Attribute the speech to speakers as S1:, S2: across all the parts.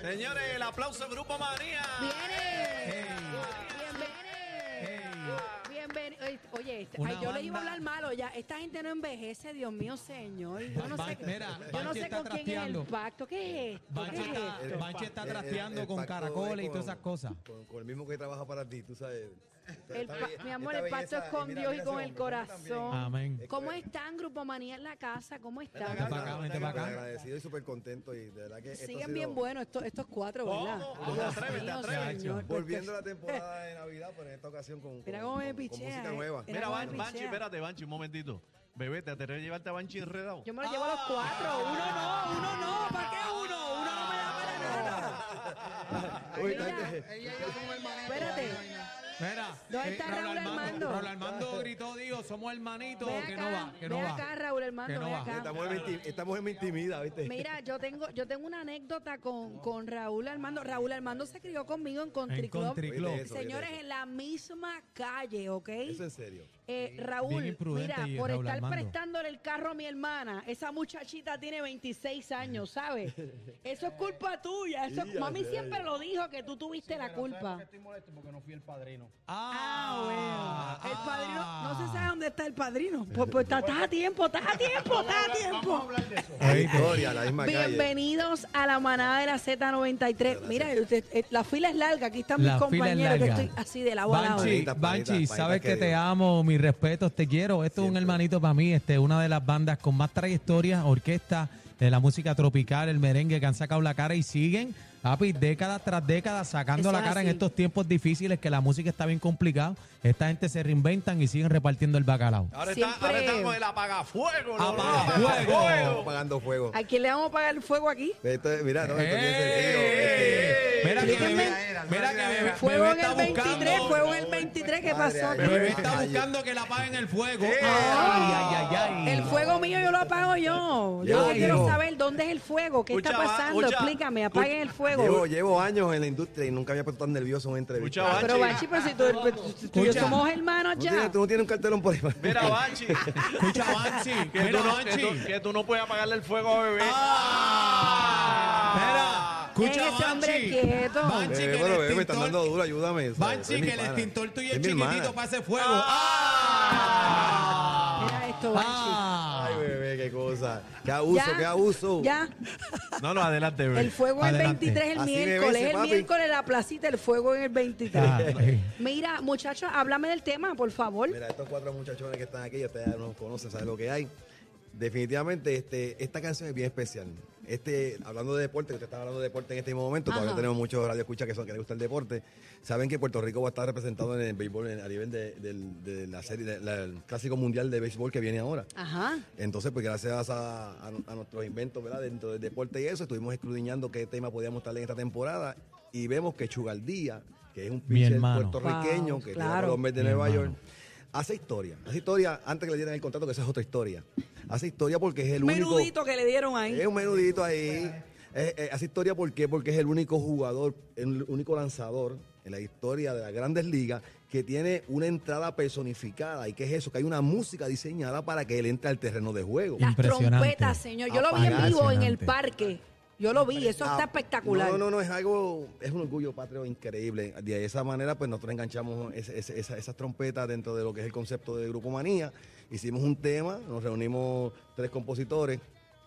S1: Señores, el aplauso del Grupo Manía.
S2: ¡Viene!
S1: Hey.
S2: ¡Bienvenido! Bienvenido. Oye, Oye, este,
S3: Una
S2: ay, yo le iba a
S3: banda-
S2: hablar malo ya. Esta gente no envejece, Dios mío, señor. Yo no
S3: Ba-
S2: sé,
S3: mira,
S2: yo no
S3: Banchi
S2: sé
S3: está
S2: con quién es el
S3: trasteando.
S2: pacto. ¿Qué es esto?
S3: Banchi
S2: ¿Qué es
S3: está,
S2: esto?
S3: Banchi está
S4: El- el-
S3: trasteando
S4: el
S3: con
S4: pacto
S3: caracoles
S4: es
S3: y todas
S4: con-
S3: esas cosas.
S4: Con, con el mismo que trabaja para ti, tú sabes. Esta-
S2: El
S4: esta
S2: pa-
S4: belle-
S2: mi amor,
S4: esta
S2: el pacto es
S4: belleza, eh,
S2: con
S4: mira,
S2: Dios y
S4: mira
S2: con
S4: ese
S2: el
S4: hombre, ¿cómo están bien?
S2: corazón.
S3: Amén.
S2: ¿Cómo están, Grupo Manía en la casa? ¿Cómo
S4: Esta
S2: están?
S3: Ven para
S4: casa,
S3: acá, vente
S4: esta
S3: para
S4: casa,
S3: acá.
S4: Agradecido y súper contento y de verdad que esto ha
S2: Siguen
S4: sido- Oh,
S2: bien buenos estos, estos cuatro,
S1: ¿Cómo?
S2: ¿verdad?
S1: ¿Cómo?
S2: Dios
S1: Atrévete,
S2: mío,
S1: atrévete.
S2: señor,
S4: Volviendo a
S2: porque-
S4: la temporada de Navidad, pero en esta ocasión con, con,
S2: Mira cómo me
S4: con- con
S2: pichea,
S4: música
S2: eh.
S4: nueva.
S2: Mira
S1: Mira,
S2: cómo
S1: Ban-
S2: me
S1: Banchi,
S2: pichea.
S1: espérate, Banchi, un momentito. Bebé, te atreves a llevarte a Banchi enredado.
S2: Yo me los llevo a los cuatro. Uno no, uno no. ¿Para qué uno? Uno no me da para nada.
S4: Uy,
S2: Mira,
S4: está-
S2: Espérate.
S3: Mira,
S2: ¿Dónde está
S3: eh, Raúl
S2: Raúl Armando?
S3: Raúl Armando gritó, dijo, somos hermanitos,
S2: Ve
S3: que
S2: acá,
S3: no va, que no
S2: ve
S3: va.
S2: acá, Raúl Armando,
S3: Que no
S2: ve
S3: va.
S2: acá.
S4: esta mujer me inti- esta mujer me intimida, ¿viste?
S2: Mira, yo tengo, yo tengo una anécdota con, con Raúl Armando. Raúl Armando se crió conmigo en Country
S3: En
S2: Club.
S3: Country
S4: Oye,
S3: Club.
S4: de eso.
S2: Señores, en la misma calle, ¿ok?
S4: Eso en serio.
S2: Eh,
S3: Bien
S2: Raúl,
S3: imprudente
S2: mira,
S3: y
S2: por
S3: Raúl
S2: estar
S3: Armando.
S2: prestándole el carro a mi hermana, esa muchachita tiene 26 años, ¿sabes? Eso es culpa tuya. Eso,
S4: Ya
S2: mami
S4: sé,
S2: siempre
S4: ya.
S2: lo dijo que tú tuviste la
S5: Pero ¿sabes por
S2: culpa.
S5: qué estoy molesto? Porque no fui el padrino.
S2: Ah, bueno. El padrino, no se
S3: ah.
S2: sabe dónde está el padrino. Pues, pues, estás a tiempo, estás a tiempo, estás a tiempo.
S4: La historia, la misma calle.
S2: Bienvenidos a la manada de la Z93. Mira, usted- eh, la fila es larga, aquí están mis
S3: La fila es
S2: compañeros, que
S3: larga.
S2: estoy así de la bola.
S3: Banchi,
S4: Panitas,
S3: Banchi,
S4: panitas,
S3: sabes
S4: panitas
S3: que
S4: que
S3: te
S4: digo.
S3: amo, mis respetos, te quiero. Esto es un
S4: Siempre.
S3: hermanito para mí, este, una de las bandas con más trayectoria, orquesta de la música tropical, el merengue, que han sacado la cara y siguen, papi, década tras década sacando
S2: Eso
S3: la
S2: es
S3: cara en
S2: así.
S3: estos tiempos difíciles que la música está bien complicada. Esta gente se reinventan y siguen repartiendo el bacalao.
S1: Ahora, está,
S2: Siempre-
S1: ahora está con el apagafuego. ¿no?
S3: Apagafuego.
S4: Estamos pagando fuego.
S2: ¿A quién le vamos a pagar el fuego aquí?
S4: Esto es- mira, no, esto tiene sentido.
S3: ¡Eh!
S4: Este-
S3: Mira que
S2: Dígame.
S3: bebé, mira que bebé,
S2: Fuego
S3: bebé
S2: en el
S3: está
S2: 23,
S3: buscando,
S2: fuego en el 23, ¿qué
S4: Madre,
S2: pasó?
S4: ay,
S3: bebé
S4: Ay,
S3: está
S4: ay. Ah.
S3: buscando que la apaguen el fuego. Ay, ay, ay, ay.
S2: El fuego mío yo lo apago yo. Yo
S4: Llevo-
S2: quiero
S4: llevo-
S2: saber dónde es el fuego, qué está
S1: Escucha, va,
S2: pasando.
S1: escucha.
S2: Explícame, apaguen el
S4: Llevo,
S2: fuego.
S4: llevo años en la industria y nunca había puesto tan nervioso en una entrevista.
S1: Escucha, Banchi.
S2: Pero Banchi, pero si tú, tú- tú y yo
S3: Escucha.
S2: somos hermanos
S4: ¿No
S2: ya.
S4: tienes- tú no tienes un cartelón por ahí. Eh,
S1: Mira, Banchi,
S3: Escucha, Banchi,
S1: que,
S3: mira,
S1: tú no, que,
S3: Banchi.
S1: tú, que tú no puedes apagarle el fuego a bebé.
S4: Ah.
S3: Mira, escucha,
S2: Ese hombre
S3: Banchi.
S2: quieto.
S3: Banchi,
S4: Bebé,
S3: que
S4: pero
S3: el
S4: bebé, me están
S3: extintor-
S4: dando duro, ayúdame. ¿sabes?
S3: Banchi,
S4: Es mi
S3: que el
S4: pana.
S3: extintor tuyo es
S4: mi
S3: chiquitito
S4: hermana. Ah.
S3: para ese fuego.
S2: Mira esto, Banchi.
S3: Ah.
S4: Ay, bebé, qué cosa. Qué abuso,
S2: Ya,
S4: qué abuso.
S2: Ya,
S1: No, no, adelante, bebé.
S2: el fuego en el
S3: Adelante.
S2: 23 el
S4: Así me
S2: miércoles,
S4: bese,
S2: el
S4: papi.
S2: miércoles la placita, el fuego en el 23.
S3: Ay.
S2: Mira, muchachos, háblame del tema, por favor.
S4: Mira, estos cuatro muchachones que están aquí, ya ustedes ya nos conocen, saben lo que hay. Definitivamente, este, esta canción es bien especial. Este, hablando de deporte, que usted está hablando de deporte en este momento, todavía
S2: Ajá.
S4: tenemos muchos radioescuchas que son que les gusta el deporte. Saben que Puerto Rico va a estar representado en el béisbol en- a nivel de, del- de la serie, de- la- el clásico mundial de béisbol que viene ahora.
S2: Ajá.
S4: Entonces, pues gracias a, a- a nuestros inventos, ¿verdad? Dentro del deporte y eso, estuvimos escudriñando qué tema podíamos darle en esta temporada y vemos que Chugaldía, que es un
S3: Mi
S4: pitcher
S3: hermano.
S4: puertorriqueño
S2: Wow,
S4: que
S2: claro.
S4: claro. los Mets de
S3: Mi
S4: Nueva
S3: hermano.
S4: York, hace historia. Hace historia antes que le dieran el contrato, que esa es otra historia. Hace historia porque es el único... Eh,
S2: Menudito que le dieron ahí.
S4: Es un menudito ahí. Eh, eh, hace historia ¿por qué? porque es el único jugador, el único lanzador en la historia de las grandes ligas que tiene una entrada personificada. ¿Y qué es eso? Que hay una música diseñada para que él entre al terreno de juego.
S2: Las
S3: Impresionante.
S2: trompetas, señor. Yo lo vi en vivo en el parque. Yo lo vi, eso está
S4: Ah,
S2: espectacular.
S4: No, no, no, es algo, es un orgullo patrio increíble. De esa manera, pues nosotros enganchamos ese- ese- esa- esas trompetas dentro de lo que es el concepto de Grupo Manía. Hicimos un tema, nos reunimos tres compositores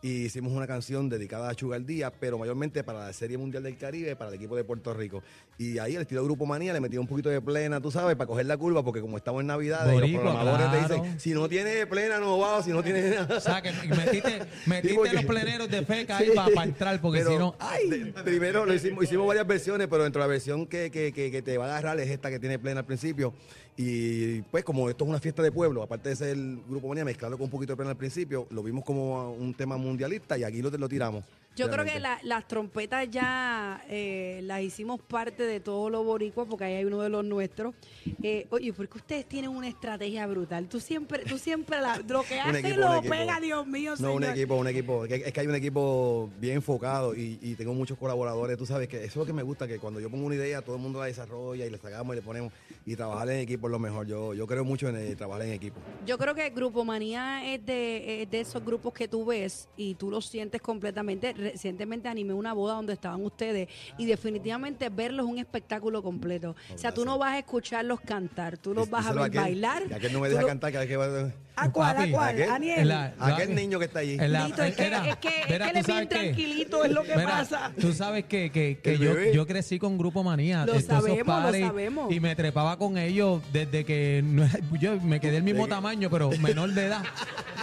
S4: y hicimos una canción dedicada a Sugar Díaz, pero mayormente para la Serie Mundial del Caribe, para el equipo de Puerto Rico. Y ahí el estilo Grupo Manía le metió un poquito de plena, tú sabes, para coger la curva, porque como estamos en Navidad, y los
S3: Boricua,
S4: programadores te
S3: claro.
S4: dicen, si no tiene plena, no va, si no tiene nada.
S3: O sea, que metiste, metiste
S4: Sí, porque-
S3: los pleneros de feca ahí para, entrar, porque
S4: Pero,
S3: si no. ¡Ay!
S4: de- primero lo hicimos, hicimos varias versiones, pero dentro de la versión que, que- que- que te va a agarrar es esta que tiene plena al principio. Y pues como esto es una fiesta de pueblo, aparte de ser el grupo Manía, mezclarlo con un poquito de plena al principio, lo vimos como un tema mundialista y aquí lo, lo tiramos.
S2: Yo creo
S4: realmente.
S2: que la- las trompetas ya eh, las hicimos parte de todo lo boricua, porque ahí hay uno de los nuestros. Eh, oye, porque ustedes tienen una estrategia brutal. Tú siempre, tú siempre la- lo que
S4: Un
S2: haces
S4: equipo, un
S2: lo
S4: equipo.
S2: pega, Dios mío,
S4: No,
S2: señor.
S4: un equipo, un equipo. Es que- Es que hay un equipo bien enfocado y, y tengo muchos colaboradores. Tú sabes que eso es lo que me gusta, que cuando yo pongo una idea, todo el mundo la desarrolla y la sacamos y le ponemos. Y trabajar en equipo es lo mejor. Yo, yo creo mucho en el trabajar en equipo.
S2: Yo creo que Grupo Manía es de, es de esos grupos que tú ves y tú lo sientes completamente. recientemente animé una boda donde estaban ustedes y definitivamente verlos es un espectáculo completo.
S4: Oh,
S2: O sea, tú no vas a escucharlos cantar, tú los vas a
S4: Díselo
S2: ver
S4: aquel,
S2: bailar.
S4: que aquel no me
S2: tú
S4: deja
S2: lo-
S4: cantar, que aquel va-
S6: ¿A cuál? ¿A
S3: Papi,
S6: cuál?
S4: aquel-
S6: Aniel.
S3: En la-
S4: aquel niño que está allí.
S3: en la-
S6: Nito, es que,
S3: era,
S6: es que, es
S3: Vera,
S6: que él
S3: tú
S6: es bien
S3: sabes que-
S6: tranquilito, es lo que
S3: Mira,
S6: pasa.
S3: Tú sabes que, que, que
S4: El
S3: yo,
S4: bebé.
S3: yo crecí con Grupo Manía.
S2: Lo
S3: todos esos
S2: sabemos, lo
S3: parties,
S2: sabemos.
S3: Y me trepaba con ellos desde que no era- yo me quedé el mismo
S4: Desde que-
S3: tamaño, pero menor de edad.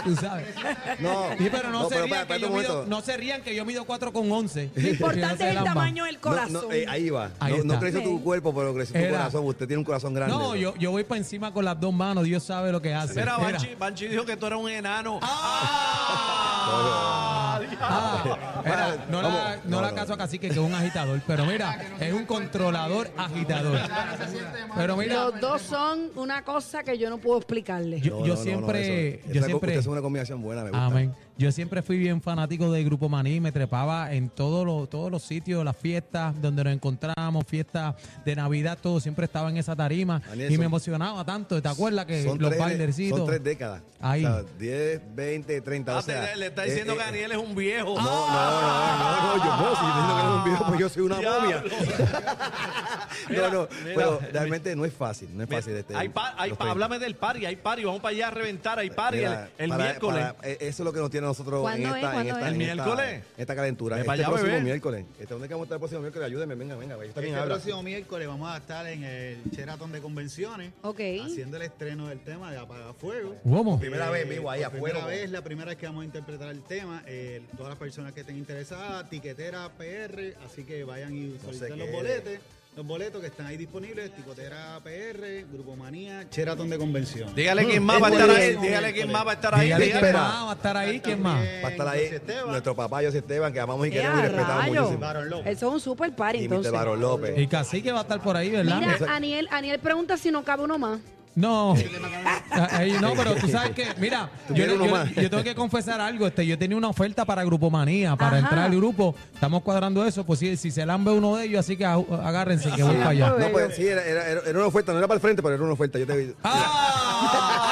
S3: Tú sabes.
S4: No,
S3: Sí, pero no, se rían
S4: pero espérate,
S3: que
S4: espérate
S3: yo
S4: un
S3: mido,
S4: momento.
S3: no se rían que yo mido 4 con 11.
S2: Lo importante es el tamaño del
S4: No,
S2: corazón.
S4: no, eh, ahí va.
S3: Ahí
S4: no, no
S3: está.
S4: creció tu cuerpo, pero creció tu
S3: Era.
S4: corazón. Usted tiene un corazón grande.
S3: No, yo, yo voy para encima con las dos manos, Dios sabe lo que hace.
S1: Mira,
S3: Mira.
S1: Banchi, Banchi dijo que tú eras un enano. Ah,
S3: Ah, era, no
S4: Vamos.
S3: la, no
S4: No,
S3: la
S4: no.
S3: caso a Cacique, que es un agitador, pero mira, es un controlador agitador. Pero mira,
S2: Los dos son una cosa que yo no puedo explicarles.
S3: yo, yo siempre, yo siempre,
S4: Usted es una combinación buena, me gusta.
S3: amén. Yo siempre fui bien fanático de Grupo Maní, me trepaba en todos los, todos los sitios, las fiestas donde nos encontrábamos, fiestas de Navidad, todo, siempre estaba en esa tarima
S4: Daniel,
S3: y me
S4: son-
S3: emocionaba tanto. ¿Te acuerdas que
S4: Son
S3: los
S4: tres,
S3: bailercitos?
S4: son tres décadas.
S3: Ahí.
S4: O sea, 10, 20, 30.
S1: Ah,
S4: o sea,
S1: te- le está
S4: eh,
S1: diciendo
S4: eh,
S1: que Daniel es un viejo.
S4: No, no, no, no, no, yo no, si yo estoy diciendo que eres un viejo, pues yo soy una momia.
S1: Diablo.
S4: No, no,
S1: Mira,
S4: pero
S1: mira,
S4: realmente no es fácil, no es
S1: Mira,
S4: fácil. Este,
S1: hay pa- hay
S4: los
S1: pa-
S4: tres.
S1: háblame del party, hay party, vamos para allá a reventar, hay party
S4: Mira,
S1: el, el
S4: para-
S1: miércoles.
S4: para- eh, eso es lo que nos tiene a nosotros en
S2: ¿Cuándo es?
S4: esta, en
S2: ¿Cuándo
S4: esta,
S2: es?
S4: en
S1: ¿El
S4: esta-
S1: miércoles?
S4: en Esta calentura.
S1: Ve
S4: Este
S1: pa' allá,
S4: próximo
S1: bebé.
S4: miércoles. Este, ¿Dónde que vamos a estar el próximo miércoles? Ayúdeme, venga, venga. venga, Está bien,
S7: Este
S4: habla.
S7: próximo miércoles vamos a estar en el Sheraton de Convenciones
S2: Ok.
S7: haciendo el estreno del tema de Apagafuego.
S3: ¿Cómo?
S4: Primera vez, vivo ahí
S7: por
S4: afuera.
S7: Primera vez, la primera vez que vamos a interpretar el tema. eh, todas las personas que estén interesadas, tiquetera PR, así que vayan y soliciten los
S4: quede.
S7: boletes. Los boletos que están ahí disponibles, Ticotera PR, Grupo Manía, Sheraton de Convenciones.
S1: Dígale quién más va a
S4: Este
S1: estar ahí,
S4: miércoles.
S1: dígale quién más va a estar ahí.
S3: Dígale
S1: dígale.
S3: quién
S4: espera.
S3: más Ah, va a estar ahí, quién más.
S4: Va a estar ahí
S7: José Esteban.
S4: nuestro papá José Esteban, que amamos y
S2: ¡Eh,
S4: queremos y
S2: a
S4: respetamos
S2: rayos!
S4: muchísimo.
S7: Barón López.
S2: Eso es un super party,
S4: Y
S2: entonces.
S4: Mr. Barón López.
S3: Y Cacique va a estar por ahí, ¿verdad?
S2: Mira, Aniel, Aniel pregunta si no cabe uno más.
S3: No, Ah, ahí no, pero tú sabes que, mira, yo,
S4: Tú quieres uno
S3: yo-
S4: más.
S3: yo tengo que confesar algo, este, yo tenía una oferta para Grupo Manía, para
S2: Ajá.
S3: entrar al grupo, estamos cuadrando eso, pues si, si se lambe uno de ellos, así que ag- agárrense que voy para allá.
S4: No, pues sí, era, era, era una oferta, no era para el frente, pero era una oferta. Yo te vi.
S1: Ah,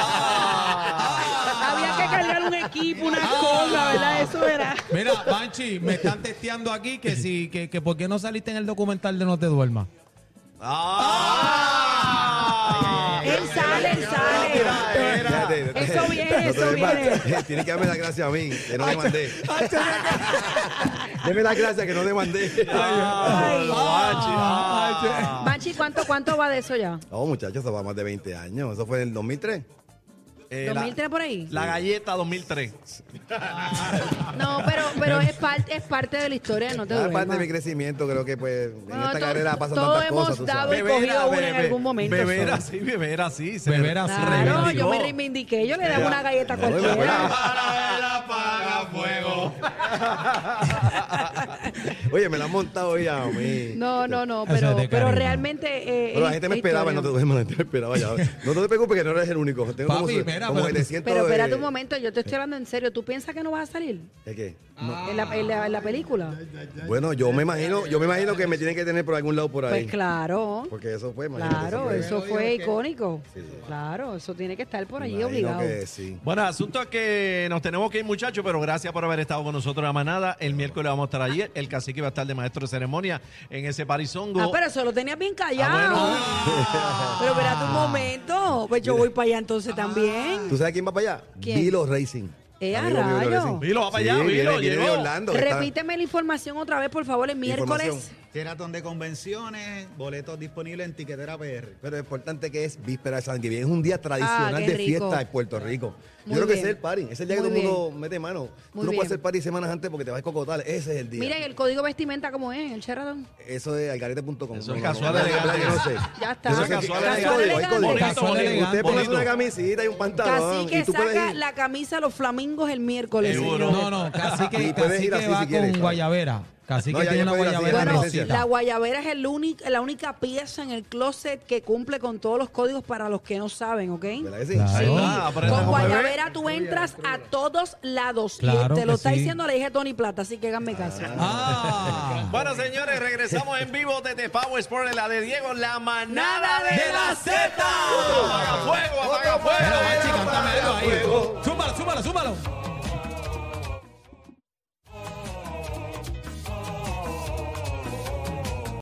S3: Ah.
S2: Había que cargar un equipo, una cosa, ¿verdad? Eso era.
S3: Mira, Panchi, me están testeando aquí que si, que, que por qué no saliste en el documental de No te duermas.
S1: Ah.
S2: Él sale, él sale.
S4: Espérate,
S2: Eso
S4: espérate.
S2: viene,
S4: No te
S2: eso
S4: me mates.
S2: viene.
S4: Tienes que darme las gracias a mí, que no te mandé. Deme las gracias que no te mandé.
S1: Diablo, Banchi. Ah.
S2: Machi, ¿cuánto, ¿cuánto va de eso ya?
S4: No, muchachos, eso va más de 20 años. Eso fue en el 2003.
S1: Eh, la-
S2: ¿2003 por ahí?
S1: La galleta 2003.
S2: No, pero, pero es, parte, es parte de la historia, no te
S4: Cada Ah, parte de mi
S2: duermas.
S4: crecimiento, creo que pues en
S2: No,
S4: esta
S2: to-
S4: carrera pasan
S2: todo
S4: tantas
S2: hemos
S4: cosas. tú
S2: dado
S4: sabes.
S2: Haber cogido una en algún momento,
S1: beber
S2: solo.
S1: así, beber así. se
S3: Beber así.
S2: Claro, yo me
S1: reivindicó.
S2: reivindiqué, yo le daba una galleta a cualquiera.
S4: Oye, me la han montado ya a mí.
S2: No, no, no,
S3: Eso es
S2: pero,
S3: de
S2: pero
S3: cariño.
S2: realmente. eh,
S4: Pero la
S2: es-
S4: gente me
S2: es
S4: esperaba, no
S2: historia.
S4: te, duermas, la gente me esperaba ya. No te preocupes que no eres el único. Tengo
S3: Papi,
S4: como, su-
S3: mira,
S4: como
S3: pero-
S4: 700
S2: Pero
S4: de-
S2: espérate un momento, yo te estoy hablando en serio. ¿Tú piensas que no vas a salir
S4: ¿De qué?
S2: en, la, en la- en la película?
S4: Bueno, yo me imagino, yo me imagino que me tienen que tener por algún lado por ahí.
S2: Pues claro,
S4: Porque eso fue, imagínate,
S2: claro,
S4: fue-
S2: eso
S7: Pero
S2: fue
S7: digo que-
S2: icónico.
S4: ¿eh? Sí, sí.
S2: Claro, eso tiene que estar por allí
S4: imagino
S2: obligado. Ah,
S4: que sí.
S1: Bueno, el asunto es que nos tenemos que ir, muchachos, pero gracias por haber estado con nosotros la manada. El miércoles vamos a estar allí. El cacique va a estar de maestro de ceremonia en ese parizongo.
S2: Ah, pero eso lo tenías bien callado.
S1: Ah,
S2: Pero espérate un momento. Pues yo voy para allá entonces también.
S4: ¿Tú sabes quién va para allá?
S2: ¿Quién?
S4: Vilo Racing.
S2: Eh, a
S4: Amigo mío, Vilo
S2: rayos.
S4: Racing.
S1: Vilo, va para allá,
S4: Sí,
S1: Vilo,
S4: viene- viene de
S1: llegó.
S4: Orlando. que está-
S2: Repíteme la información otra vez, por favor, el miércoles.
S4: Información.
S7: Sheraton de Convenciones, boletos disponibles en Tiquetera PR.
S4: Pero lo importante que es víspera de San Es un día tradicional
S2: Ah, qué
S4: de
S2: rico.
S4: fiesta en Puerto Rico.
S2: Muy
S4: Yo creo que
S2: bien.
S4: ese es el party. Ese es el día que
S2: Muy
S4: todo el mundo mete mano. Tú
S2: Muy
S4: no
S2: bien.
S4: puedes hacer party semanas antes porque te vas a cocotar. Ese es el día.
S2: Mira, ¿y el código vestimenta como es en el Sheraton?
S4: Eso es algarete.com.
S1: Eso es casual elegante.
S4: Yo no sé.
S2: Ya está.
S4: Eso es
S1: Casual
S4: hay
S1: elegante.
S4: código, hay
S2: Bonito,
S4: código.
S3: bonito,
S4: Usted pone
S1: bonito.
S4: una camisita y un pantalón.
S2: Cacique
S4: y tú puedes
S2: saca
S4: ir.
S2: la camisa a los flamingos el miércoles.
S1: Seguro.
S2: señores.
S3: No, no, Cacique,
S4: Y puedes ir
S3: Cacique
S4: así si
S3: va
S4: quieres,
S3: con
S4: claro.
S3: guayabera. Cacique
S4: No, ya-
S3: tiene
S4: ya
S3: una
S4: puedes ir así,
S3: guayabera
S4: la
S2: Bueno,
S4: licencia.
S3: rosita.
S2: la guayabera es el único, la única pieza en el closet que cumple con todos los códigos para los que no saben, ¿ok?
S4: ¿Verdad que sí?
S3: Claro.
S1: Ahí está, aprendan
S2: Con
S1: a beber.
S2: guayabera tú entras a todos lados. Y
S3: Claro
S2: te lo
S3: que
S2: está
S3: sí.
S2: diciendo, le dije Tony Plata, así que háganme caso.
S3: Ah.
S1: Bueno, señores, regresamos en vivo desde Power Sport, la de Diego, la manada de, la Z. Apaga fuego, apaga fuego.
S3: Mira, Banchi, cántame algo ahí. Súbalo, súbalo, súbalo.